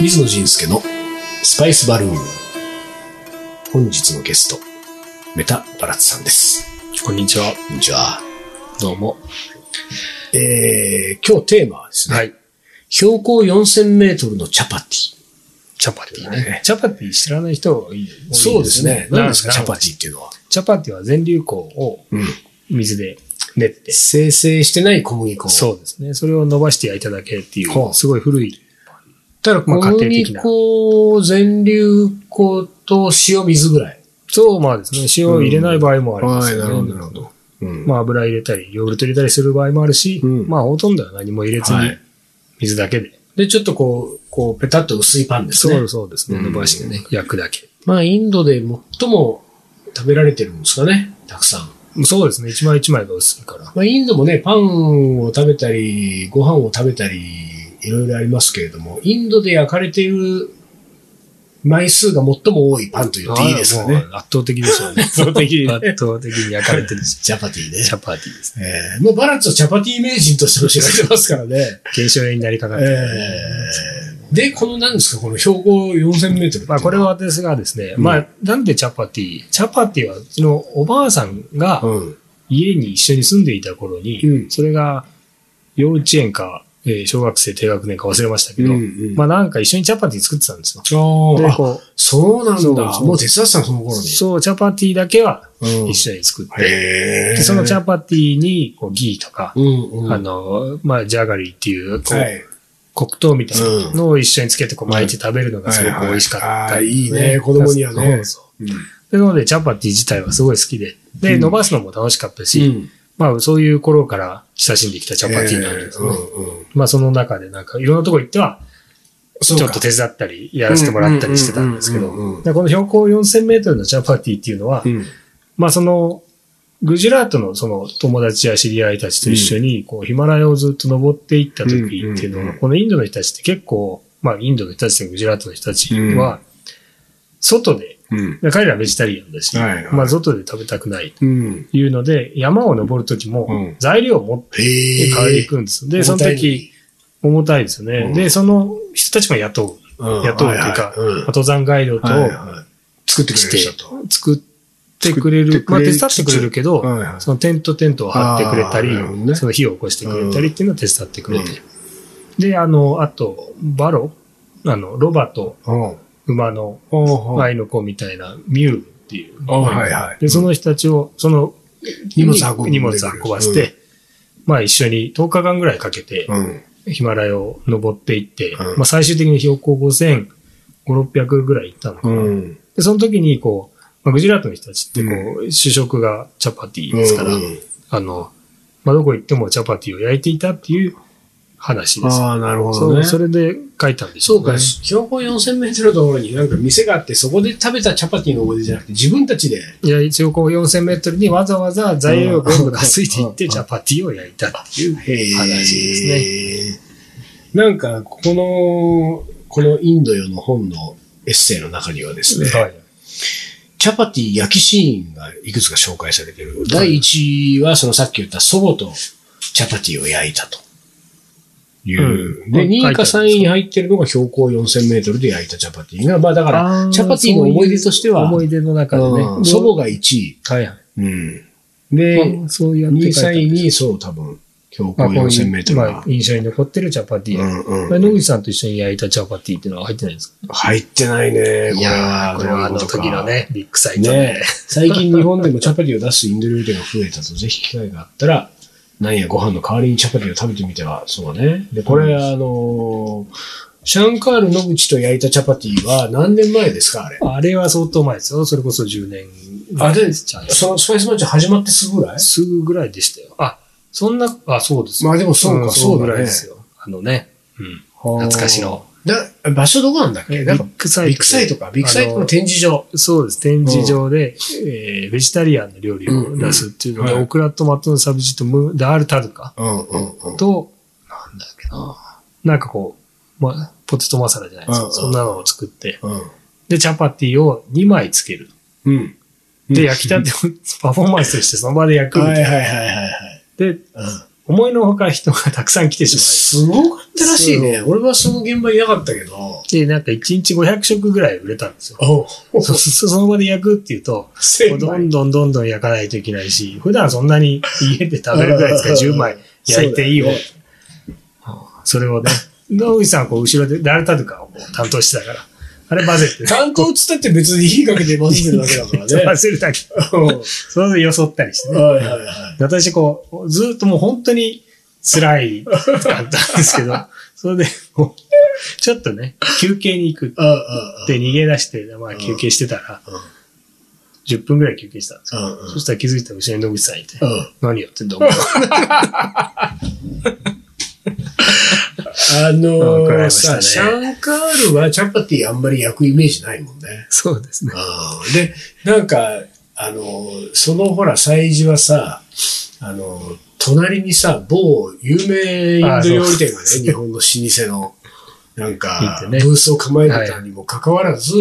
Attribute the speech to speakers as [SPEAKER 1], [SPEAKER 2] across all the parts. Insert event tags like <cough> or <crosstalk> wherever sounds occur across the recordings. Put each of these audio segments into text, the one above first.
[SPEAKER 1] 水野仁介のスパイスバルーン。本日のゲスト、メタバラツさんです。
[SPEAKER 2] こんにちは。
[SPEAKER 1] こんにちは。
[SPEAKER 2] どうも。
[SPEAKER 1] えー、今日テーマはですね、
[SPEAKER 2] はい。
[SPEAKER 1] 標高4000メートルのチャパティ。
[SPEAKER 2] チャパティね。チャパティ知らない人が多いですね。
[SPEAKER 1] そうですね。
[SPEAKER 2] な
[SPEAKER 1] 何ですか、チャパ
[SPEAKER 2] ィ。
[SPEAKER 1] ティっていうのは。
[SPEAKER 2] チャパティは全粒粉を
[SPEAKER 1] うん。
[SPEAKER 2] 水で練って。
[SPEAKER 1] 生成してない小麦粉。
[SPEAKER 2] そうですね。それを伸ばして焼いただけってい
[SPEAKER 1] ほう
[SPEAKER 2] う、すごい古い。
[SPEAKER 1] ただ、
[SPEAKER 2] まあ
[SPEAKER 1] 小
[SPEAKER 2] 家庭
[SPEAKER 1] 麦
[SPEAKER 2] 的な
[SPEAKER 1] 粉、全粒粉と塩水ぐらい。
[SPEAKER 2] そう、まあですね。塩を入れない場合もありますよね。
[SPEAKER 1] ほど。うん。
[SPEAKER 2] まあ油入れたり、ヨーグルト入れたりする場合もあるし、
[SPEAKER 1] うん
[SPEAKER 2] まあほとんどは何も入れずに
[SPEAKER 1] はい、
[SPEAKER 2] 水だけで。
[SPEAKER 1] で、ちょっとこう、こう、ペタッと薄いパンですね。
[SPEAKER 2] そうそうですね。
[SPEAKER 1] うん
[SPEAKER 2] 伸ばしてね、焼くだけ。
[SPEAKER 1] まあ、インドで最も食べられてるんですかね、たくさん。
[SPEAKER 2] そうですね。一枚一枚が薄いから。
[SPEAKER 1] まあ、インドもね、パンを食べたり、ご飯を食べたり、いろいろありますけれども、インドで焼かれている枚数が最も多いパンと言っていいですか
[SPEAKER 2] ああ
[SPEAKER 1] ね
[SPEAKER 2] も。う圧倒的でし
[SPEAKER 1] <laughs>
[SPEAKER 2] ょうね。圧
[SPEAKER 1] 倒的にね
[SPEAKER 2] 圧倒的に焼かれてるし。
[SPEAKER 1] チャパティね。
[SPEAKER 2] チャパティですね。
[SPEAKER 1] えー、もうバラッツはチャパティ名人としても知られてますからね。
[SPEAKER 2] 減少になりかかってる、
[SPEAKER 1] えー、で、この何ですか、この標高4000メートル。
[SPEAKER 2] まあこれ、はですがですね、
[SPEAKER 1] うん
[SPEAKER 2] まあなんでチャパティチャパティはうちのおばあさんが
[SPEAKER 1] うん。
[SPEAKER 2] 家に一緒に住んでいた頃に、
[SPEAKER 1] うん
[SPEAKER 2] それが幼稚園か、えー小学生低学年か忘れましたけど、ま
[SPEAKER 1] まあ、
[SPEAKER 2] あなんか一緒にチャパティ作ってたんですよ。で、
[SPEAKER 1] あ、
[SPEAKER 2] こ
[SPEAKER 1] そうなんだ。
[SPEAKER 2] そうそう
[SPEAKER 1] もう手伝ってたの、その
[SPEAKER 2] う、
[SPEAKER 1] 頃に。
[SPEAKER 2] そう、チャパティだけは
[SPEAKER 1] うん
[SPEAKER 2] 一緒に作って、
[SPEAKER 1] へ
[SPEAKER 2] でそのチ
[SPEAKER 1] ャ
[SPEAKER 2] ャパティにこうギーとか、
[SPEAKER 1] うんうん。
[SPEAKER 2] あの、まあジャガリーっていう、こう
[SPEAKER 1] はい、
[SPEAKER 2] 黒糖みたいなのを一緒につけてこう巻いて食べるのがすごく美味しか
[SPEAKER 1] はい
[SPEAKER 2] っ
[SPEAKER 1] は
[SPEAKER 2] た
[SPEAKER 1] い
[SPEAKER 2] り、
[SPEAKER 1] あーいいね子供にはね
[SPEAKER 2] そうそう。なので、チャパティ自体はすごい好きで、で、
[SPEAKER 1] うん
[SPEAKER 2] 伸ばすのも楽しかったし、
[SPEAKER 1] うん。
[SPEAKER 2] まあそういう頃から親しんできたチャパティなんですね。
[SPEAKER 1] うんうん
[SPEAKER 2] まあその中でなんかいろんなとこ行っては、ち
[SPEAKER 1] そう
[SPEAKER 2] ょ
[SPEAKER 1] か
[SPEAKER 2] っと手伝ったりやらせてもらったりしてたんですけ
[SPEAKER 1] うんうんうんうんう
[SPEAKER 2] ど
[SPEAKER 1] ん、
[SPEAKER 2] でこの標高4000メートルのチャパティっていうのは、
[SPEAKER 1] うん。
[SPEAKER 2] まあその、グジュラートのその友達や知り合いたちと一緒に、こうヒマラヤをずっと登っていった時っていう
[SPEAKER 1] うんうん
[SPEAKER 2] の
[SPEAKER 1] う
[SPEAKER 2] は、
[SPEAKER 1] ん
[SPEAKER 2] このインドの人たちって結構、まあインドの人たちとグジュラートの人たちは、外で、
[SPEAKER 1] うん。
[SPEAKER 2] 彼らはベジタリアンだし、
[SPEAKER 1] はいはい
[SPEAKER 2] まあ外で食べたくない
[SPEAKER 1] うん。
[SPEAKER 2] というので、山を登る時
[SPEAKER 1] う
[SPEAKER 2] も
[SPEAKER 1] ん
[SPEAKER 2] 材料を持って
[SPEAKER 1] へ
[SPEAKER 2] 買いに
[SPEAKER 1] え
[SPEAKER 2] 行。くんです。で、その時、重たいですよね。
[SPEAKER 1] うん
[SPEAKER 2] で、その人たちも雇う、
[SPEAKER 1] うん、
[SPEAKER 2] 雇うという
[SPEAKER 1] は
[SPEAKER 2] か、
[SPEAKER 1] いはいうん
[SPEAKER 2] まあ登山ガイドと
[SPEAKER 1] はいはい作って
[SPEAKER 2] し
[SPEAKER 1] きて
[SPEAKER 2] て、作ってくれ
[SPEAKER 1] 作って
[SPEAKER 2] る、
[SPEAKER 1] く
[SPEAKER 2] ま
[SPEAKER 1] れ
[SPEAKER 2] あ
[SPEAKER 1] る
[SPEAKER 2] 手伝ってくれるけど、
[SPEAKER 1] はいはい
[SPEAKER 2] そのテントテントを張ってくれた
[SPEAKER 1] あー
[SPEAKER 2] り
[SPEAKER 1] なるほど、ね
[SPEAKER 2] その火を起こしてくれたりっていうのを手伝ってくれて。
[SPEAKER 1] うん
[SPEAKER 2] で、あの、あと、バロあの、ロバと
[SPEAKER 1] うん。
[SPEAKER 2] 馬の
[SPEAKER 1] はい。
[SPEAKER 2] 愛の子みたいなミュールっていう。
[SPEAKER 1] あはいはい
[SPEAKER 2] で、その人たちを、その、
[SPEAKER 1] 荷物運ぶ
[SPEAKER 2] 荷物運ばせて、まあ一緒に10日間ぐらいかけて、
[SPEAKER 1] うん。
[SPEAKER 2] ヒマラヤを登っていって、
[SPEAKER 1] うん
[SPEAKER 2] まあ最終的に標高5000、5600ぐらい行ったのかな。
[SPEAKER 1] うん。
[SPEAKER 2] で、その時に、こう、まあ、グジラートの人たちって、こう、主食がチャパティですから、
[SPEAKER 1] うん
[SPEAKER 2] あの、まあ、どこ行ってもチャパティを焼いていたっていう話です。
[SPEAKER 1] ああ、なるほ
[SPEAKER 2] そ
[SPEAKER 1] ど
[SPEAKER 2] う
[SPEAKER 1] ね。
[SPEAKER 2] それで書いたんでし
[SPEAKER 1] そ
[SPEAKER 2] ょ
[SPEAKER 1] うか、標高4000メートルのところになんか店があって、そこで食べたチャパティの思い出じゃなくて、自分たちで。
[SPEAKER 2] いや、一応こう4000メートルにわざわざ材料を全部出すいていっ
[SPEAKER 1] う
[SPEAKER 2] て、
[SPEAKER 1] ん
[SPEAKER 2] チャパティを焼いたっていう。話
[SPEAKER 1] ですね。なんか、この、このインドよの本のエッセイの中にはですね、
[SPEAKER 2] はい。
[SPEAKER 1] チャパティ焼きシーンがいくつか紹介されてる。第1位は、そのさっき言った祖母とチャパティを焼いたと。いう。
[SPEAKER 2] うん
[SPEAKER 1] で、
[SPEAKER 2] うん
[SPEAKER 1] 2位か3位に入ってるのが標高4000メートルで焼いたチャパティが、まあだから、チャパティの思い出としては、
[SPEAKER 2] 思い出の中でね。
[SPEAKER 1] うん祖母が1位。
[SPEAKER 2] が。はいはい。
[SPEAKER 1] で、
[SPEAKER 2] まあそうやっ
[SPEAKER 1] 2
[SPEAKER 2] て
[SPEAKER 1] 位、
[SPEAKER 2] 書
[SPEAKER 1] 3位
[SPEAKER 2] い
[SPEAKER 1] に、そう、多分、標
[SPEAKER 2] た。
[SPEAKER 1] 高
[SPEAKER 2] まあ、こうい
[SPEAKER 1] 4000メート
[SPEAKER 2] う、
[SPEAKER 1] ル
[SPEAKER 2] ま
[SPEAKER 1] が
[SPEAKER 2] あ、。印象に残ってるチャパティ。
[SPEAKER 1] うん
[SPEAKER 2] こ
[SPEAKER 1] う
[SPEAKER 2] れ
[SPEAKER 1] ん
[SPEAKER 2] 野口さんと一緒に焼いたチャパティっていうのは入ってないんですか
[SPEAKER 1] 入ってないね、こ
[SPEAKER 2] い
[SPEAKER 1] れ
[SPEAKER 2] や
[SPEAKER 1] は。
[SPEAKER 2] ーこれはあの
[SPEAKER 1] どういうことか
[SPEAKER 2] 時の。ね、ビッグサイトで、
[SPEAKER 1] ね最近日本でもチャパティを出すインド料理店が増えたと、ぜひ機会があったら、なんや、ご飯の代わりにチャパティを食べてみては、そうだね。で、これ、あのーシャンカール野口と焼いたチャパティは何年前ですか、あれ。
[SPEAKER 2] あれは相当前ですよ。それこそ10年
[SPEAKER 1] あれ
[SPEAKER 2] ちゃう
[SPEAKER 1] そのスパイスマッチ始まってすぐぐらい
[SPEAKER 2] すぐぐらいでしたよ。あ、そんな、あ、そうですよ。
[SPEAKER 1] まあでもそうか、
[SPEAKER 2] ん
[SPEAKER 1] そう
[SPEAKER 2] ぐ
[SPEAKER 1] だ
[SPEAKER 2] らい
[SPEAKER 1] ね
[SPEAKER 2] で。すよ。あのね、うん、
[SPEAKER 1] 懐
[SPEAKER 2] 懐かし。の。
[SPEAKER 1] だ場所どこなんだっけ
[SPEAKER 2] え
[SPEAKER 1] なんか
[SPEAKER 2] ビッグサ
[SPEAKER 1] ビ
[SPEAKER 2] イトで
[SPEAKER 1] ッグサイトか。ビッグサイトの展示場。
[SPEAKER 2] そうです。展示場で、えーベジタリアンの料理を出すっていうので、
[SPEAKER 1] うんうんはい
[SPEAKER 2] オクラとマトンサブジとムダールタルカ
[SPEAKER 1] うんうんうん。
[SPEAKER 2] と、なんだっけな。なんかこう、まあ、ポテトマサラじゃないです
[SPEAKER 1] うんう
[SPEAKER 2] か。
[SPEAKER 1] ん
[SPEAKER 2] そんなのを作って。
[SPEAKER 1] うん。
[SPEAKER 2] で、チャパティを2枚つける。
[SPEAKER 1] うん。
[SPEAKER 2] <laughs> で、焼きたてをパフォーマンスとしてその場で焼くみたいな
[SPEAKER 1] はいはいはいはい。
[SPEAKER 2] で、
[SPEAKER 1] うん
[SPEAKER 2] 思いのほか人がたくさん来てし
[SPEAKER 1] すごかったらしいね。俺はその現場嫌がったけど。
[SPEAKER 2] まう。で、なんか1日500食ぐらい売れたんですよ。
[SPEAKER 1] お
[SPEAKER 2] そそその場で焼くっていうと、
[SPEAKER 1] 1000
[SPEAKER 2] ど
[SPEAKER 1] 枚
[SPEAKER 2] んどんどんどん焼かないといけないし、普段そんなに家で食べるぐらいですから、
[SPEAKER 1] うんうんうん
[SPEAKER 2] 10枚焼いていいよ
[SPEAKER 1] そうだよね。
[SPEAKER 2] それをね、野口さんはこう後ろで誰だとかをこう担当してたから、あれ混ぜて。
[SPEAKER 1] 担当っつったって別にいいかけて混ぜてるだけだ <laughs> からね。
[SPEAKER 2] 混ぜるだけ。それでよそったりして
[SPEAKER 1] うん
[SPEAKER 2] ね。
[SPEAKER 1] はいはいはい。
[SPEAKER 2] で私こう、ずーっともう本当に辛いだったんです
[SPEAKER 1] <laughs>
[SPEAKER 2] けど、それでこう、ちょっとね、休憩に行くっ
[SPEAKER 1] うんうん
[SPEAKER 2] て逃げ出して、まあ休憩してたら、10分ぐらい休憩したんですよ。
[SPEAKER 1] うんうん
[SPEAKER 2] そしたら気づいたら後ろに野口さんいて、
[SPEAKER 1] うん。うん
[SPEAKER 2] 何やってんだ
[SPEAKER 1] <laughs>
[SPEAKER 2] お前
[SPEAKER 1] あ
[SPEAKER 2] うん
[SPEAKER 1] の
[SPEAKER 2] 食らい
[SPEAKER 1] ー
[SPEAKER 2] ました
[SPEAKER 1] さ、
[SPEAKER 2] ね
[SPEAKER 1] シャンカールはチャパティあんまり焼くイメージないもんね。
[SPEAKER 2] そうですね。
[SPEAKER 1] うんで、なんか、あのーそのほら、催事はさ、あのー隣にさ、某有名インド料理店が
[SPEAKER 2] あ
[SPEAKER 1] ね、
[SPEAKER 2] そう
[SPEAKER 1] 日本の老舗の、なんか
[SPEAKER 2] い、い
[SPEAKER 1] ブ
[SPEAKER 2] ね
[SPEAKER 1] ースを構えてたにもかかわらず、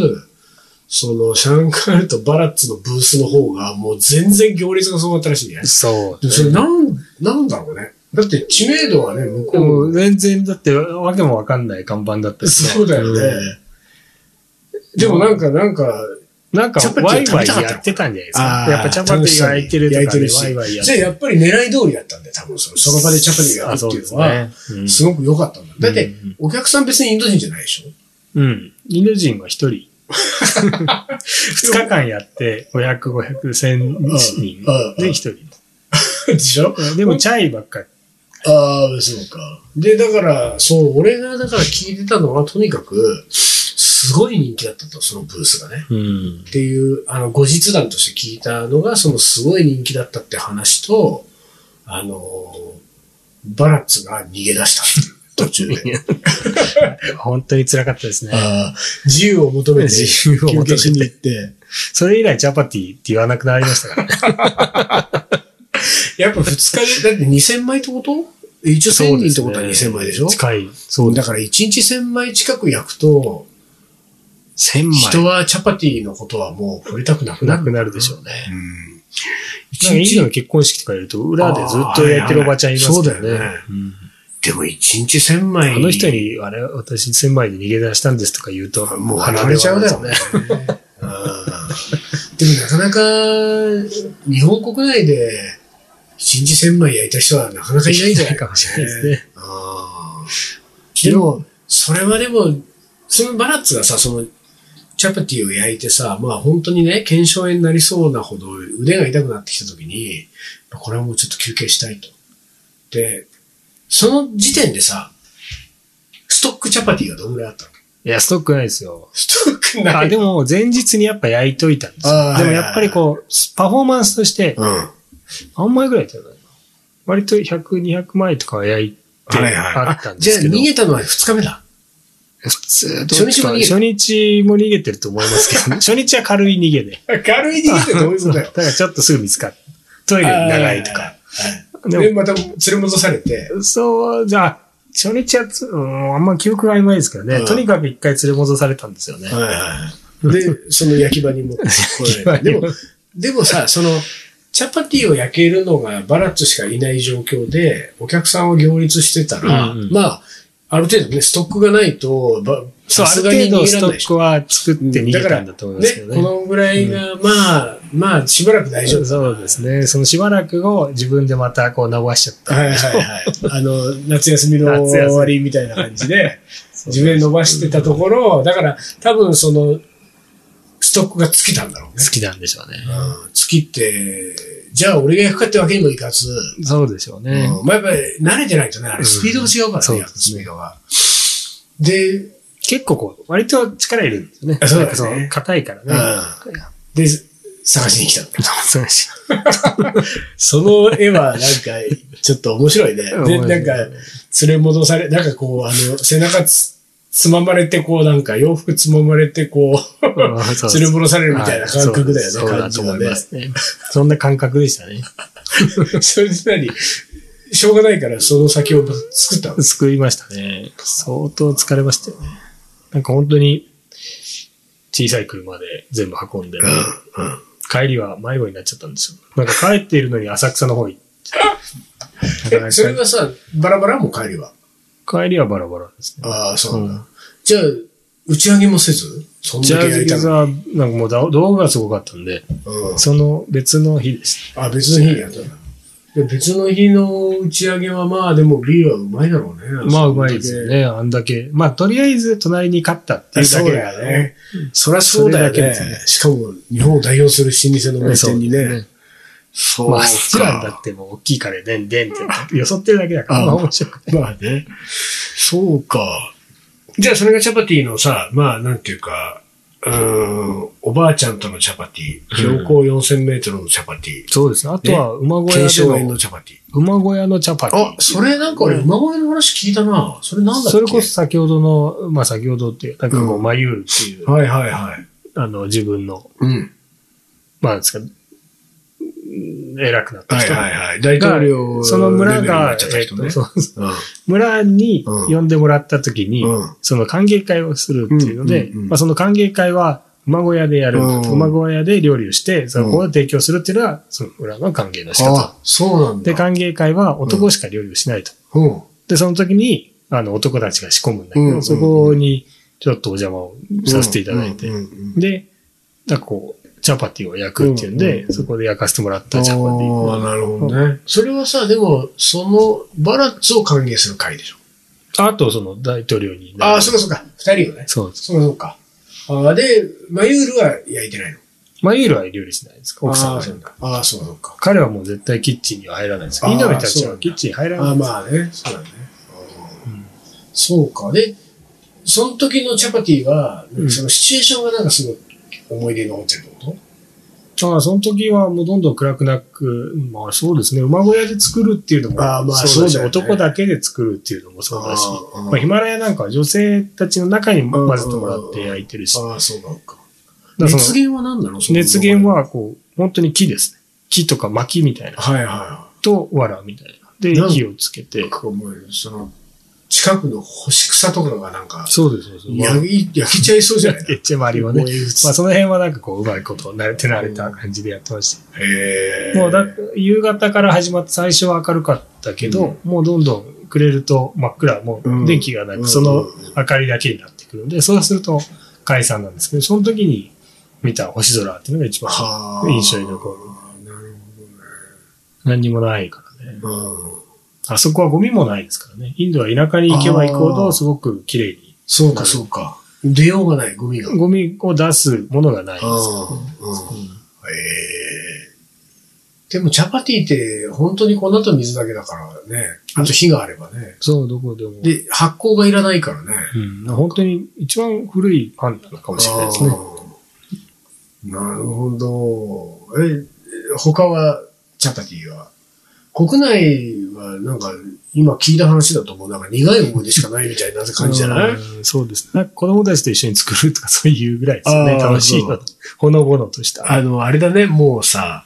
[SPEAKER 1] その、シャンカールとバラッツのブースの方が、もう全然行列がすごかったらしいね。
[SPEAKER 2] そ
[SPEAKER 1] でもそれなん、なんだろうね。だって知名度はね、向
[SPEAKER 2] で
[SPEAKER 1] こう
[SPEAKER 2] も全然だってわけもわかんない看板だったしね
[SPEAKER 1] そうだよね。でもなんか、なんか、
[SPEAKER 2] うんなんか
[SPEAKER 1] チャパティ
[SPEAKER 2] ワイ
[SPEAKER 1] は食
[SPEAKER 2] ワ
[SPEAKER 1] べ
[SPEAKER 2] イ
[SPEAKER 1] たかったの
[SPEAKER 2] やってたんじゃないで
[SPEAKER 1] あ
[SPEAKER 2] すか。
[SPEAKER 1] ー
[SPEAKER 2] やっぱチャパティが焼いてると
[SPEAKER 1] 楽しそ
[SPEAKER 2] か
[SPEAKER 1] う
[SPEAKER 2] で
[SPEAKER 1] に
[SPEAKER 2] ワイワイやっ
[SPEAKER 1] じゃあやっぱり狙い通りだったんだよ、多分その。その場でチャパティがやるっていうのは、
[SPEAKER 2] あそうです
[SPEAKER 1] ごく良かったんだ。だって
[SPEAKER 2] うん、
[SPEAKER 1] お客さん別にインド人じゃないでしょ
[SPEAKER 2] すねうん。うん。犬人は
[SPEAKER 1] <laughs>
[SPEAKER 2] 一人。二日間やって、500、500、1000人
[SPEAKER 1] うんうん
[SPEAKER 2] で一人。
[SPEAKER 1] でしょ
[SPEAKER 2] でもチャイばっかり。
[SPEAKER 1] ああ、そうか。で、だから、そう、俺がだから聞いてたのは、とにかく、すごい人気だったと、そのブースがね。
[SPEAKER 2] うん
[SPEAKER 1] っ。ていう、あの、後日談として聞いたのが、そのすごい人気だったって話と、あのーバラッツが逃げ出した。途
[SPEAKER 2] <laughs>
[SPEAKER 1] 中で。
[SPEAKER 2] 本当に辛かったですね。
[SPEAKER 1] ああ自由を求めて、
[SPEAKER 2] 自由を求めて
[SPEAKER 1] 休憩しに行って。
[SPEAKER 2] それ以来チャパティって言わなくなりました <laughs> からね。
[SPEAKER 1] やっぱ2日で、だって2000枚ってこと一応1000人ってことは2000枚でしょ
[SPEAKER 2] 近い。そ
[SPEAKER 1] だから1日1000枚近く焼くと、
[SPEAKER 2] 千
[SPEAKER 1] 人はチャパティのことはもう触れたくなくな
[SPEAKER 2] な
[SPEAKER 1] る。
[SPEAKER 2] くなるでしょうね。
[SPEAKER 1] うん。
[SPEAKER 2] なん
[SPEAKER 1] 1
[SPEAKER 2] かインド
[SPEAKER 1] 日
[SPEAKER 2] の結婚式とかいると、裏でずっと焼いてるおばちゃんいますから
[SPEAKER 1] あーはいはいそうだよね
[SPEAKER 2] うん
[SPEAKER 1] でも1日1000枚。
[SPEAKER 2] あの人に、あれ、私、千枚で逃げ出したんですとか言うと、
[SPEAKER 1] もう離れちゃうだろうね。うんでもなかなか、日本国内で1日1000枚焼いた人はなかなかいないんじゃない
[SPEAKER 2] かもしれないですね。
[SPEAKER 1] あーでも、それはでも、そのバラッツがさ、その、チャパティを焼いてさ、まあ本当にね、腱鞘炎になりそうなほど腕が痛くなってきた時に、これはもうちょっと休憩したいと。で、その時点でさ、ストックチャパティがどんぐらいあったの
[SPEAKER 2] <laughs> いや、ストックないですよ。
[SPEAKER 1] ストックな
[SPEAKER 2] あ
[SPEAKER 1] い。
[SPEAKER 2] でも、前日にやっぱ焼いといたんです
[SPEAKER 1] あ
[SPEAKER 2] よ。
[SPEAKER 1] ー
[SPEAKER 2] でも、やっぱりこう、パフォーマンスとして、
[SPEAKER 1] うん。は
[SPEAKER 2] 何枚ぐらいだったのかな割と100、200枚とかは焼いてあったんで
[SPEAKER 1] じゃあ
[SPEAKER 2] すけ
[SPEAKER 1] 逃
[SPEAKER 2] ど、
[SPEAKER 1] げたのは2日目だ。
[SPEAKER 2] 普通
[SPEAKER 1] 初日も逃げる
[SPEAKER 2] 初日も逃げてると思いますけど、初日は軽い逃げで。
[SPEAKER 1] 軽い逃げってどういうこと
[SPEAKER 2] だからちょっとすぐ見つかる。トイレに長いとか。。
[SPEAKER 1] で
[SPEAKER 2] で
[SPEAKER 1] で、
[SPEAKER 2] も
[SPEAKER 1] また連れ戻されて。
[SPEAKER 2] そう、じゃあ、初日はつ、うん、あんま記憶が曖昧ですけどね、
[SPEAKER 1] うん
[SPEAKER 2] とにかく一回連れ戻されたんですよね。
[SPEAKER 1] で、その焼き場に持
[SPEAKER 2] <laughs>
[SPEAKER 1] ってこられて。でも、でもさ、その、チャパティを焼けるのがバラッツしかいない状況で、お客さんを行列してたら、
[SPEAKER 2] うんうん
[SPEAKER 1] まあ、ある程度ね、ストックがないと、ば
[SPEAKER 2] そう、
[SPEAKER 1] さ
[SPEAKER 2] あ
[SPEAKER 1] す
[SPEAKER 2] る
[SPEAKER 1] がに
[SPEAKER 2] 程
[SPEAKER 1] 逃
[SPEAKER 2] 度
[SPEAKER 1] げら
[SPEAKER 2] ス
[SPEAKER 1] れ
[SPEAKER 2] ト
[SPEAKER 1] ないでし
[SPEAKER 2] ッ
[SPEAKER 1] ょ。
[SPEAKER 2] クは作って逃げたんだと思いますけど
[SPEAKER 1] ね、
[SPEAKER 2] ね。
[SPEAKER 1] このぐらいが、まあ、まあ、しばらく大丈夫だ
[SPEAKER 2] そうですね。そのしばらくを自分でまたこう直しちゃった。
[SPEAKER 1] はいはいはい。あの、夏休みの
[SPEAKER 2] 夏休
[SPEAKER 1] 終
[SPEAKER 2] み
[SPEAKER 1] わりみたいな感じで、自分で伸ばしてたところ、だから多分その、ストックが尽きたんだろうね
[SPEAKER 2] 好。きなんでしょうね。
[SPEAKER 1] うん尽きて、じゃあ俺が焼くかってわけにもいかず、
[SPEAKER 2] そうでしょうね。
[SPEAKER 1] うんまあやっぱり慣れてないとね、あれスピードが違うから
[SPEAKER 2] そう
[SPEAKER 1] ね、
[SPEAKER 2] で
[SPEAKER 1] 焼くス
[SPEAKER 2] す
[SPEAKER 1] ピ
[SPEAKER 2] ね
[SPEAKER 1] ードが。で、
[SPEAKER 2] 結構こう、割と力いるんですよね。
[SPEAKER 1] あそうだね
[SPEAKER 2] なんかその硬いからね。
[SPEAKER 1] で、探しに来たんだ。
[SPEAKER 2] そうでし
[SPEAKER 1] その絵はなんか、ちょっと面白
[SPEAKER 2] <laughs>
[SPEAKER 1] いね。
[SPEAKER 2] ょ
[SPEAKER 1] で、なんか、連れ戻され、なんかこう、あの、背中つ、つままれて、こう、なんか、洋服つままれて、こう、
[SPEAKER 2] うんそうです
[SPEAKER 1] 連れ戻されるみたいな感覚だよね、
[SPEAKER 2] はいそう
[SPEAKER 1] 感
[SPEAKER 2] だ
[SPEAKER 1] じ
[SPEAKER 2] と
[SPEAKER 1] が
[SPEAKER 2] 思い
[SPEAKER 1] ね
[SPEAKER 2] ま。すね。そんな感覚でしたね。
[SPEAKER 1] それで何しょうがないから、その先を作ったの。
[SPEAKER 2] 救いましたね。相当疲れましたよね。なんか本当に、小さい車で全部運んで、
[SPEAKER 1] うん、うん。
[SPEAKER 2] 帰りは迷子になっちゃったんですよ。なんか帰っているのに浅草の方行っなかな
[SPEAKER 1] え、それ
[SPEAKER 2] か
[SPEAKER 1] はさ、バラバラもう帰りは。
[SPEAKER 2] 帰りはバラバラですね。
[SPEAKER 1] ああ、そうなんだ。じゃあ、打ち上げもせずそん
[SPEAKER 2] ジ
[SPEAKER 1] だ
[SPEAKER 2] ャ
[SPEAKER 1] け
[SPEAKER 2] ー
[SPEAKER 1] や
[SPEAKER 2] ズ
[SPEAKER 1] り
[SPEAKER 2] ギ
[SPEAKER 1] たく
[SPEAKER 2] ザー、なんかもうだ道具がすごかったんで、
[SPEAKER 1] うん。
[SPEAKER 2] その別の日でし
[SPEAKER 1] あ、別の日にやったんだ。で別の日の打ち上げはまあでもビールはうまいだろうね。
[SPEAKER 2] た。まあ、うまいですよ。ね、あんだけ。まあ、とりあえず隣に勝ったっていうだ
[SPEAKER 1] そう
[SPEAKER 2] け
[SPEAKER 1] だ
[SPEAKER 2] だ
[SPEAKER 1] よね。そりゃそうだよ
[SPEAKER 2] それ
[SPEAKER 1] ね
[SPEAKER 2] だけです。
[SPEAKER 1] しかも日本を代表する老舗の名
[SPEAKER 2] そう
[SPEAKER 1] 店に
[SPEAKER 2] です
[SPEAKER 1] ね。。そ
[SPEAKER 2] まあ、スランだってもう大きいからでんでんって、よそってるだけだから、
[SPEAKER 1] あ
[SPEAKER 2] まあ面白くない。
[SPEAKER 1] <laughs> まあね。そうか。じゃあそれがチャパティのさ、まあなんていうか、うーん、おばあちゃんとのチャパティ、標高4000メートルのチャパティ、
[SPEAKER 2] そうですね。あとは、馬小
[SPEAKER 1] 継承
[SPEAKER 2] 屋で
[SPEAKER 1] 園
[SPEAKER 2] の、
[SPEAKER 1] のチャパティ。
[SPEAKER 2] 馬小屋のチャパティ。
[SPEAKER 1] あ、それなんか俺、馬小屋の話聞いたな。それなんだっけ
[SPEAKER 2] それこそ先ほどの、まあ先ほどっていう、なんかこう、マユールっていう、
[SPEAKER 1] はいはいはい。
[SPEAKER 2] あの、自分の、
[SPEAKER 1] うん。
[SPEAKER 2] まあなんですか、うん偉くなった
[SPEAKER 1] はい
[SPEAKER 2] 人。
[SPEAKER 1] はいはい。大
[SPEAKER 2] が
[SPEAKER 1] 統領
[SPEAKER 2] その村が、
[SPEAKER 1] レベルになっちゃった人
[SPEAKER 2] え
[SPEAKER 1] ね
[SPEAKER 2] っと。そう
[SPEAKER 1] うん
[SPEAKER 2] 村に
[SPEAKER 1] うん
[SPEAKER 2] 呼んでもらった時に、
[SPEAKER 1] うん
[SPEAKER 2] その歓迎会をするっていうので、
[SPEAKER 1] うんうんうん
[SPEAKER 2] まあ、その歓迎会は馬小屋でやる。
[SPEAKER 1] うん
[SPEAKER 2] 馬小屋で料理をして、そこを提供するっていうのは、その村の歓迎の仕方
[SPEAKER 1] あ。、そうなんだ。
[SPEAKER 2] で、歓迎会は男しか料理をしないと。
[SPEAKER 1] うん。
[SPEAKER 2] で、その時に、あの、男たちが仕込むんだけど、
[SPEAKER 1] うんうんうん
[SPEAKER 2] そこにちょっとお邪魔をさせていただいて、
[SPEAKER 1] うんうんうん
[SPEAKER 2] で、なんかこう、チャパティを焼くっていうんで、
[SPEAKER 1] うんうんうん
[SPEAKER 2] そこで焼かせてもらったチャパテ
[SPEAKER 1] あー
[SPEAKER 2] ィ。
[SPEAKER 1] なるほどね。それはさ、でも、その、バラッツを歓迎する会でしょ。
[SPEAKER 2] あと、その大統領に。
[SPEAKER 1] ああ、そうかそうか。二人よね。
[SPEAKER 2] そうです。
[SPEAKER 1] そうかそうか。ああ、で、マユールは焼いてないの。
[SPEAKER 2] マユールは料理しないですか奥さん
[SPEAKER 1] あ
[SPEAKER 2] は
[SPEAKER 1] ー。そうか。ああ、そうかそうか。
[SPEAKER 2] 彼はもう絶対キッチンには入らないです。
[SPEAKER 1] あー
[SPEAKER 2] みんなの人たち
[SPEAKER 1] そうな
[SPEAKER 2] は
[SPEAKER 1] んだ
[SPEAKER 2] キッチンに入ら
[SPEAKER 1] あ
[SPEAKER 2] な
[SPEAKER 1] あ、
[SPEAKER 2] いです。
[SPEAKER 1] まあね。そうだね。あーそうか。で、その時のチャパティは、
[SPEAKER 2] うん
[SPEAKER 1] そのシチュエーションがなんかすごい思い出に残ってるってこ
[SPEAKER 2] ああ、その時はもうどんどん暗くなく、まあそうですね、馬小屋で作るっていうのも
[SPEAKER 1] あーまあ
[SPEAKER 2] そうだ
[SPEAKER 1] そう
[SPEAKER 2] し、
[SPEAKER 1] だよね
[SPEAKER 2] 男だけで作るっていうのもそうだし、
[SPEAKER 1] あー
[SPEAKER 2] まあヒマラヤなんかは女性たちの中に混ぜてもらって焼いてるし、
[SPEAKER 1] とああ、そうかそうか。
[SPEAKER 2] だから
[SPEAKER 1] 熱
[SPEAKER 2] その
[SPEAKER 1] 源は何なのその
[SPEAKER 2] 熱源はこう、本当に木ですね。木とか薪みたいな。
[SPEAKER 1] はいはいは
[SPEAKER 2] と、藁みたいな。で
[SPEAKER 1] な、ん
[SPEAKER 2] 火をつけて
[SPEAKER 1] い。。もうその、近くの干し草とかがなんか、
[SPEAKER 2] そうです、そうです。
[SPEAKER 1] 焼き焼けちゃいそうじゃない
[SPEAKER 2] えっちゃ周りはね。
[SPEAKER 1] 燃え移す
[SPEAKER 2] まあその辺はなんかこう、うまいこと、慣れて慣れた感じでやってました。
[SPEAKER 1] へー
[SPEAKER 2] もうだ、夕方から始まって最初は明るかったけど、もうどんどん暮れると真っ暗、も
[SPEAKER 1] うん
[SPEAKER 2] う電気がな
[SPEAKER 1] うん
[SPEAKER 2] く、その明かりだけになってくるんで、そうすると解散なんですけど、その時に見た星空っていうのが一番
[SPEAKER 1] はあ
[SPEAKER 2] 印象に残る。
[SPEAKER 1] なる
[SPEAKER 2] 何にもないからね。
[SPEAKER 1] ほどね。うん。
[SPEAKER 2] あそこはゴミもないですからね。インドは田舎に行けば行くほ
[SPEAKER 1] あー
[SPEAKER 2] どすごく綺麗に。
[SPEAKER 1] そうか、そうか。出ようがない、ゴミが。
[SPEAKER 2] ゴミを出すものがないんですよ
[SPEAKER 1] うんうんへーでも、チャパティって、本当に粉と水だけだからね。あと火があればね。
[SPEAKER 2] そう、どこでも。
[SPEAKER 1] で、発酵がいらないからね。
[SPEAKER 2] うん、本当に一番古いパンなのかもしれないですね。
[SPEAKER 1] あーなるほど。え、他は、チャパティは国内はなんか、今聞いた話だともうなんか苦い思い出しかないみたいな感じじゃない
[SPEAKER 2] うんそうですね。なんか子供たちと一緒に作るとかそういうぐらいですよね。
[SPEAKER 1] あー
[SPEAKER 2] 楽しいの。ほのぼのとした。
[SPEAKER 1] あの、あれだね、もうさ、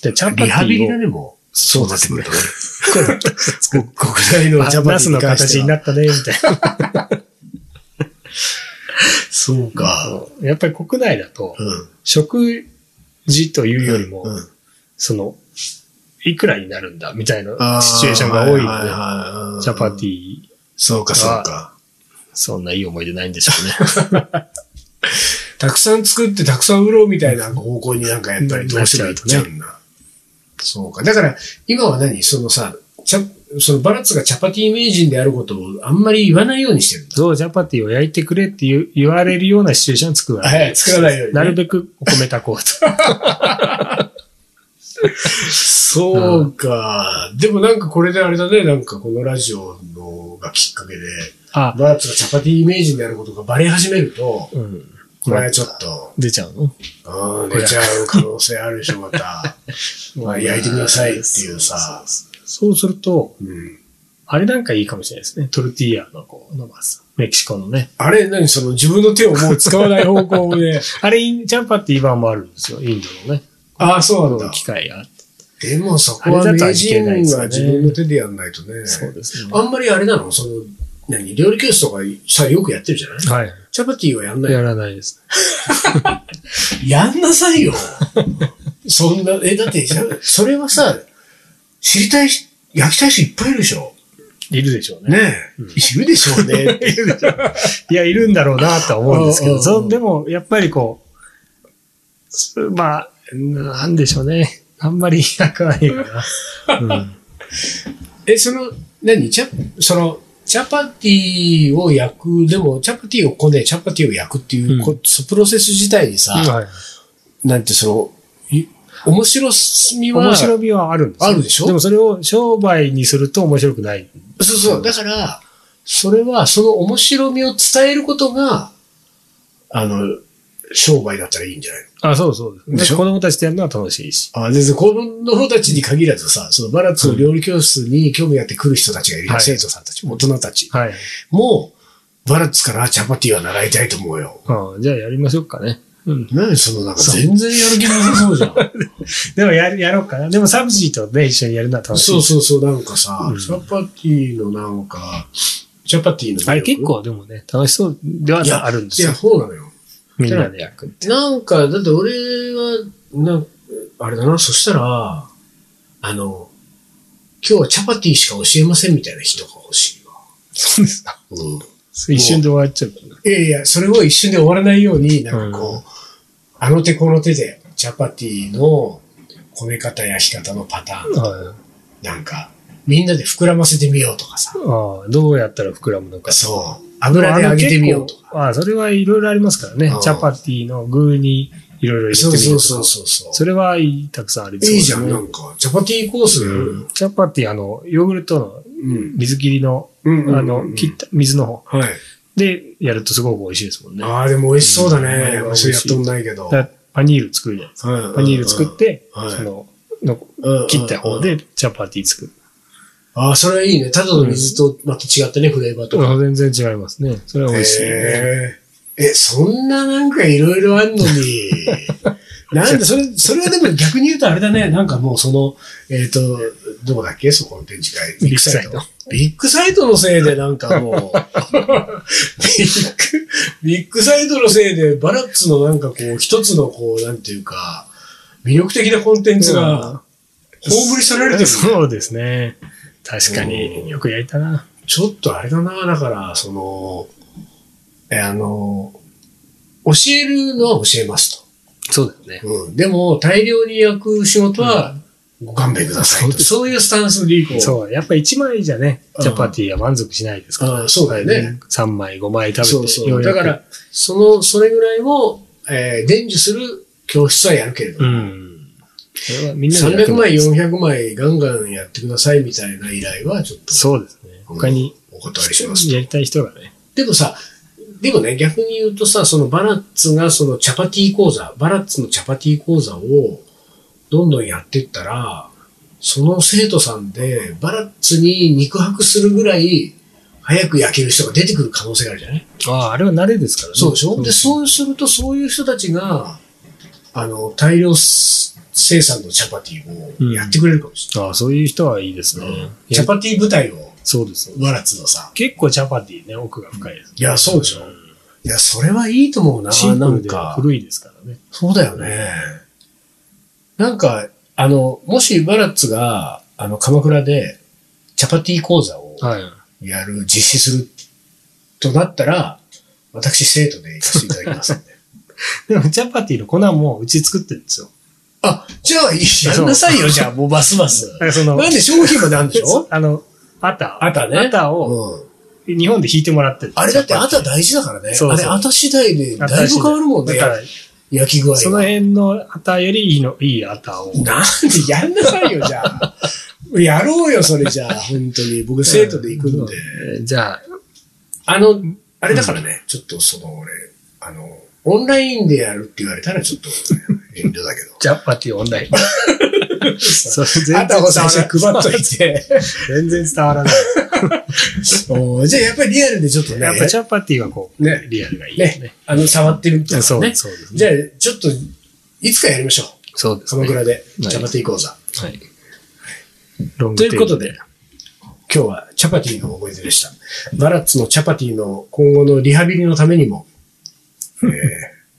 [SPEAKER 2] で、チャパテ
[SPEAKER 1] リハビリ
[SPEAKER 2] ィ
[SPEAKER 1] だ
[SPEAKER 2] を
[SPEAKER 1] ね、もう。
[SPEAKER 2] そうですね
[SPEAKER 1] そうなってくるとね。
[SPEAKER 2] 作って、
[SPEAKER 1] 国内のジャパ
[SPEAKER 2] ナスの形にな
[SPEAKER 1] っ
[SPEAKER 2] ったね、みたいな。
[SPEAKER 1] <laughs> そうか。
[SPEAKER 2] そうやっぱり国内だと、
[SPEAKER 1] うん。
[SPEAKER 2] 食事というよりも、
[SPEAKER 1] うん
[SPEAKER 2] その、いくらになるんだ、みたい
[SPEAKER 1] あ
[SPEAKER 2] なシチュエーションが多い
[SPEAKER 1] はは
[SPEAKER 2] の
[SPEAKER 1] はいは
[SPEAKER 2] で、
[SPEAKER 1] い
[SPEAKER 2] チャパテ。ィ、
[SPEAKER 1] そうか、そうか。
[SPEAKER 2] そんないい思い出ないんでしょうね。
[SPEAKER 1] たくさん作ってたくさん売ろうみたいな方向になんかやっぱりどうしてもいっちゃうんだ。そうか。だから、今は何そのさ、チャそのバラッツがチャパティ名人であることをあんまり言わないようにしてるんだ。
[SPEAKER 2] そう、チャパティを焼いてくれって言う言われるようなシチュエーションは作らない。
[SPEAKER 1] はい作らないようにね
[SPEAKER 2] なるべくお米炊こうと。
[SPEAKER 1] そうか。でもなんかこれであれだね、なんかこのラジオのがきっかけで、
[SPEAKER 2] あ、
[SPEAKER 1] バラッツがチャパティ名人であることがバレ始めると、
[SPEAKER 2] うん。
[SPEAKER 1] これはちょっと、
[SPEAKER 2] 出ちゃうの
[SPEAKER 1] うん、寝ちゃう可能性あるでしょ、また。まあ、焼いてくださいっていうさ。
[SPEAKER 2] そうすると、
[SPEAKER 1] うん、
[SPEAKER 2] あれなんかいいかもしれないですね。トルティーヤのこう、伸ばす。メキシコのね。
[SPEAKER 1] あれ、何その自分の手をもう使わない方向で。
[SPEAKER 2] あれ、インチャンパって言い版もあるんですよ。インドのね。
[SPEAKER 1] ああ、そうなんだ。
[SPEAKER 2] 機械があって。
[SPEAKER 1] でもそこは名人は自分の手でやんないとね。
[SPEAKER 2] そうですね。
[SPEAKER 1] あんまりあれなのその、何料理教室とかさ、よくやってるじゃない
[SPEAKER 2] はい。
[SPEAKER 1] チャパティはやんない
[SPEAKER 2] や。らないです。
[SPEAKER 1] <laughs> やんなさいよ。そんな、え、だって、それはさ、知りたいし、焼きたい人いっぱいいるでしょ。
[SPEAKER 2] いるでしょうね。
[SPEAKER 1] ねえ。
[SPEAKER 2] うん
[SPEAKER 1] いるでしょう <laughs> ね。
[SPEAKER 2] いるでしょう <laughs> いや、いるんだろうなとは思うんですけ
[SPEAKER 1] うんう
[SPEAKER 2] ど、
[SPEAKER 1] ん
[SPEAKER 2] そでも、やっぱりこうす、まあ、なんでしょうね。あんまり開かないかな。
[SPEAKER 1] <laughs>
[SPEAKER 2] うん
[SPEAKER 1] え、その、何チャ、その、チャパティを焼く、でも、チャパティをこね、チャパティを焼くっていうこ、
[SPEAKER 2] うん
[SPEAKER 1] そプロセス自体にさ、
[SPEAKER 2] はい
[SPEAKER 1] なんてその、い面白みは、
[SPEAKER 2] 面白みはあるんですよ
[SPEAKER 1] あるでしょ
[SPEAKER 2] でもそれを商売にすると面白くない。
[SPEAKER 1] そうそう。だから、それは、その面白みを伝えることが、あの、商売だったらいいんじゃない
[SPEAKER 2] あ、そうそう。
[SPEAKER 1] でしょ
[SPEAKER 2] 子供たちとやるのは楽しいし。
[SPEAKER 1] のあ全然子供たちに限らずさ、そのバラッツの料理教室に興味あって来る人たちがいる、
[SPEAKER 2] はい
[SPEAKER 1] 生徒さんたち、大人たち。
[SPEAKER 2] はい。
[SPEAKER 1] もう、バラッツからチャパティは習いたいと思うよ。
[SPEAKER 2] あじゃあやりましょうかね。うん。
[SPEAKER 1] 何そのなんか全然やる気なさそう
[SPEAKER 2] <laughs>
[SPEAKER 1] じゃん。
[SPEAKER 2] でもやる、やろうかな。でもサブジーとね、一緒にやるのは楽しい。
[SPEAKER 1] そうそうそう、なんかさ、
[SPEAKER 2] うん
[SPEAKER 1] チャパティのなんか、チャパティの魅力
[SPEAKER 2] あれ結構でもね、楽しそうではい
[SPEAKER 1] や
[SPEAKER 2] あるんで
[SPEAKER 1] い
[SPEAKER 2] すよ
[SPEAKER 1] や、。そうなのよ。
[SPEAKER 2] みんなで焼く。
[SPEAKER 1] なんか、だって俺は、な、あれだな、そしたら、あの、今日はチャパティしか教えませんみたいな人が欲しいわ。
[SPEAKER 2] そうですか。
[SPEAKER 1] うん。
[SPEAKER 2] 一瞬で終わっちゃうから。
[SPEAKER 1] いやいや、それを一瞬で終わらないように、なんかこう、あの手この手で、チャパティのこね方やき方のパターン、
[SPEAKER 2] はい
[SPEAKER 1] なんか、みんなで膨らませてみようとかさ、
[SPEAKER 2] ああ、どうやったら膨らむのか。
[SPEAKER 1] そう、油で揚げてみようとか。
[SPEAKER 2] あの結構ああ、それはいろいろありますからね
[SPEAKER 1] うん。
[SPEAKER 2] チャパティの具にいろいろ入れて
[SPEAKER 1] そ
[SPEAKER 2] み
[SPEAKER 1] う
[SPEAKER 2] るとか。
[SPEAKER 1] そうそうそうそう。
[SPEAKER 2] それはいいたくさんありそう
[SPEAKER 1] い
[SPEAKER 2] で
[SPEAKER 1] い
[SPEAKER 2] す
[SPEAKER 1] じ
[SPEAKER 2] ね
[SPEAKER 1] ゃん、なんか。チャパティコースやる
[SPEAKER 2] チャパティ、あの、ヨーグルトの
[SPEAKER 1] うん。
[SPEAKER 2] 水切りの、
[SPEAKER 1] うんうんうん
[SPEAKER 2] あの、切った水の方
[SPEAKER 1] はい。
[SPEAKER 2] でやるとすごく美味しいですもんね。
[SPEAKER 1] ああ、でも美味しそうだね。
[SPEAKER 2] うん
[SPEAKER 1] それやったことないけど。
[SPEAKER 2] だからパニール作るじゃないですか。パニール作って、
[SPEAKER 1] はい
[SPEAKER 2] その、の
[SPEAKER 1] うん
[SPEAKER 2] 切った方。でチャパティ作る。
[SPEAKER 1] ああ、それはいいね。ただの水とまた違ってね、フレーバーとか。
[SPEAKER 2] 全然違いますね。それは美味しい、ね。
[SPEAKER 1] へえ。え、そんななんかいろいろあんのに。
[SPEAKER 2] <laughs>
[SPEAKER 1] なんだ、それ、それはでも逆に言うとあれだね。なんかもうその、えっ、と、どこだっけそこの展示会。
[SPEAKER 2] ビッグサイト。
[SPEAKER 1] ビッグサイトのせいでなんかもう、ビッグ、ビッグサイトのせいでバラッツのなんかこう、一つのこう、なんていうか、魅力的なコンテンツが、葬り去られてる、
[SPEAKER 2] そうですね。確かによく焼いたな。
[SPEAKER 1] ちょっとあれだな、だから、その、え、あの、教えるのは教えます
[SPEAKER 2] そうだよね
[SPEAKER 1] と。。うん。でも、大量に焼く仕事は、ご勘弁くださいと、
[SPEAKER 2] そうです
[SPEAKER 1] そういうスタンスでいこう。
[SPEAKER 2] そう、やっぱ1枚じゃね、チャパティは満足しないですから。
[SPEAKER 1] ああそうだよね。
[SPEAKER 2] 3枚、5枚食べて、
[SPEAKER 1] そうそ
[SPEAKER 2] よう
[SPEAKER 1] う。だ
[SPEAKER 2] やく
[SPEAKER 1] から、、その、それぐらいを、えー伝授する教室はやるけれど、
[SPEAKER 2] うん。それはみんなでやっ
[SPEAKER 1] 300
[SPEAKER 2] てもら
[SPEAKER 1] 枚、
[SPEAKER 2] います
[SPEAKER 1] 400枚、ガンガンやってくださいみたいな依頼は、ちょっと、
[SPEAKER 2] そうですね。他に
[SPEAKER 1] お断りしますと。
[SPEAKER 2] やりたい人がね。
[SPEAKER 1] でもさ、でもね、逆に言うとさ、そのバラッツがそのチャパティ講座、バラッツのチャパティ講座をどんどんやってったら、その生徒さんでバラッツに肉薄するぐらい早く焼ける人が出てくる可能性があるじゃない
[SPEAKER 2] ああ、あれは慣れですからね。
[SPEAKER 1] そうでしょで、
[SPEAKER 2] う
[SPEAKER 1] そうするとそういう人たちが、あの、大量生産のチャパティをやってくれるかもし
[SPEAKER 2] ああ、そういう人はいいです
[SPEAKER 1] れ
[SPEAKER 2] ね
[SPEAKER 1] ない。。
[SPEAKER 2] い
[SPEAKER 1] チ
[SPEAKER 2] や
[SPEAKER 1] ャパティ部隊を
[SPEAKER 2] そうです。
[SPEAKER 1] バラッツのさ、
[SPEAKER 2] 結構チャパティね、奥が深いですね。
[SPEAKER 1] いやそうでしょ
[SPEAKER 2] ん
[SPEAKER 1] いや、それはいいと思うな。
[SPEAKER 2] シンプ
[SPEAKER 1] な
[SPEAKER 2] ル
[SPEAKER 1] ん
[SPEAKER 2] で
[SPEAKER 1] か。
[SPEAKER 2] 古いですからね。
[SPEAKER 1] そうだよね。なんか、あの、もしバラッツが、あの、鎌倉で、チャパティ講座を
[SPEAKER 2] はい。
[SPEAKER 1] やる、実施するとなったら、私、生徒で行かせていただきます
[SPEAKER 2] <laughs>
[SPEAKER 1] んで。
[SPEAKER 2] でも、チャパティの粉もうち作ってるんですよ。
[SPEAKER 1] あ、じゃあ、やんなさいよ、じゃあ、もう、ますます
[SPEAKER 2] だ。からその、
[SPEAKER 1] なんで商品まであるんでしょ
[SPEAKER 2] あの、アタ。
[SPEAKER 1] アタね
[SPEAKER 2] アタを
[SPEAKER 1] うん。
[SPEAKER 2] 日本で引いてもらってるんです
[SPEAKER 1] あれだって、
[SPEAKER 2] チャパ
[SPEAKER 1] あ
[SPEAKER 2] ティ
[SPEAKER 1] た大事だからね。
[SPEAKER 2] そうそう
[SPEAKER 1] あれ、あた次第で、だいぶ変わるもんね
[SPEAKER 2] だ。から、
[SPEAKER 1] 焼き具合
[SPEAKER 2] その
[SPEAKER 1] が。
[SPEAKER 2] 辺のアタよりいいの、いいアタを。
[SPEAKER 1] なんで、やんなさいよ、じゃ
[SPEAKER 2] <laughs>
[SPEAKER 1] あ。やろうよ、それじゃあ、本当に。僕、生徒で行くんで。
[SPEAKER 2] えー。じゃあ、
[SPEAKER 1] あの、あれだからね、ちょっとその俺、あの、オンラインでやるって言われたらちょっと、遠慮だけど。
[SPEAKER 2] <laughs> チャパティオンライン。
[SPEAKER 1] <laughs>
[SPEAKER 2] そう全
[SPEAKER 1] あ
[SPEAKER 2] 然
[SPEAKER 1] た
[SPEAKER 2] 伝
[SPEAKER 1] を
[SPEAKER 2] わ
[SPEAKER 1] 最
[SPEAKER 2] ら
[SPEAKER 1] 初に配っといて。
[SPEAKER 2] 全然伝わらない。
[SPEAKER 1] <laughs> おーじゃあやっぱりリアルでちょっとね、
[SPEAKER 2] やっぱチャパティはこう、
[SPEAKER 1] ね
[SPEAKER 2] リアルがいいです
[SPEAKER 1] ね
[SPEAKER 2] ね。、
[SPEAKER 1] あの、触ってるみたいな、ね。
[SPEAKER 2] そうそうですね
[SPEAKER 1] じゃあ、ちょっと、いつかやりましょう。
[SPEAKER 2] そうで
[SPEAKER 1] 鎌倉で、
[SPEAKER 2] はい
[SPEAKER 1] チャパティ講座。
[SPEAKER 2] はい。ロン
[SPEAKER 1] と
[SPEAKER 2] グ
[SPEAKER 1] い
[SPEAKER 2] テ
[SPEAKER 1] うこ
[SPEAKER 2] ー
[SPEAKER 1] と
[SPEAKER 2] ル
[SPEAKER 1] で、今日はチャパティの思い出でした。バラッツのチャパティの今後のリハビリのためにも、えー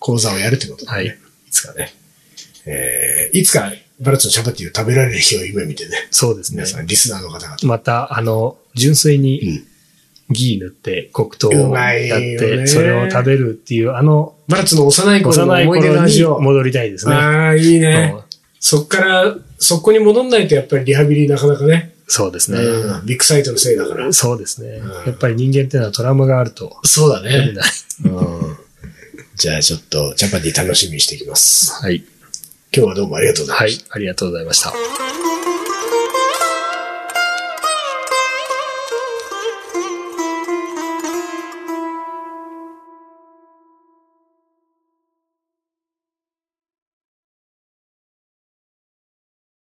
[SPEAKER 1] 講座をやるということで、ね
[SPEAKER 2] はい
[SPEAKER 1] い、つかね、えーいつかバラッツのチャパティを食べられる日を夢見てね、
[SPEAKER 2] そうですね
[SPEAKER 1] 皆。さん、リスナーの方々。
[SPEAKER 2] また、あの、純粋に
[SPEAKER 1] うん。
[SPEAKER 2] ギー塗って黒糖を
[SPEAKER 1] うま
[SPEAKER 2] やっ
[SPEAKER 1] いよ
[SPEAKER 2] て、
[SPEAKER 1] ね
[SPEAKER 2] それを食べるっていう、あの、
[SPEAKER 1] バラッツの幼い頃の
[SPEAKER 2] 幼い
[SPEAKER 1] 思い出の
[SPEAKER 2] 頃
[SPEAKER 1] 味
[SPEAKER 2] に
[SPEAKER 1] を。
[SPEAKER 2] 戻りたいですね。
[SPEAKER 1] ああ、いいね。
[SPEAKER 2] うん
[SPEAKER 1] そっから、そこに戻んないとやっぱりリハビリなかなかね。
[SPEAKER 2] そうですね。
[SPEAKER 1] うん。ビッグサイトのせいだから。
[SPEAKER 2] そうですね
[SPEAKER 1] うん。
[SPEAKER 2] やっぱり人間っていうのはトラウマがあると。
[SPEAKER 1] そうだ
[SPEAKER 2] 読め。ない。
[SPEAKER 1] うん。じゃあちょっと、チャパティ楽しみにしていきます。
[SPEAKER 2] はい。
[SPEAKER 1] 今日はどうもありがとうございました。
[SPEAKER 2] はい。ありがとうございました。
[SPEAKER 3] Thank you.